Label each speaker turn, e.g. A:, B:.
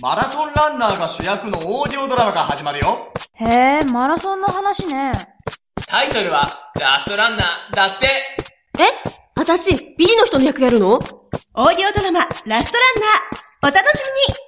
A: マラソンランナーが主役のオーディオドラマが始まるよ
B: へえ、マラソンの話ね。
C: タイトルは、ラストランナーだって
D: え私、B の人の役やるの
E: オーディオドラマ、ラストランナー、お楽しみに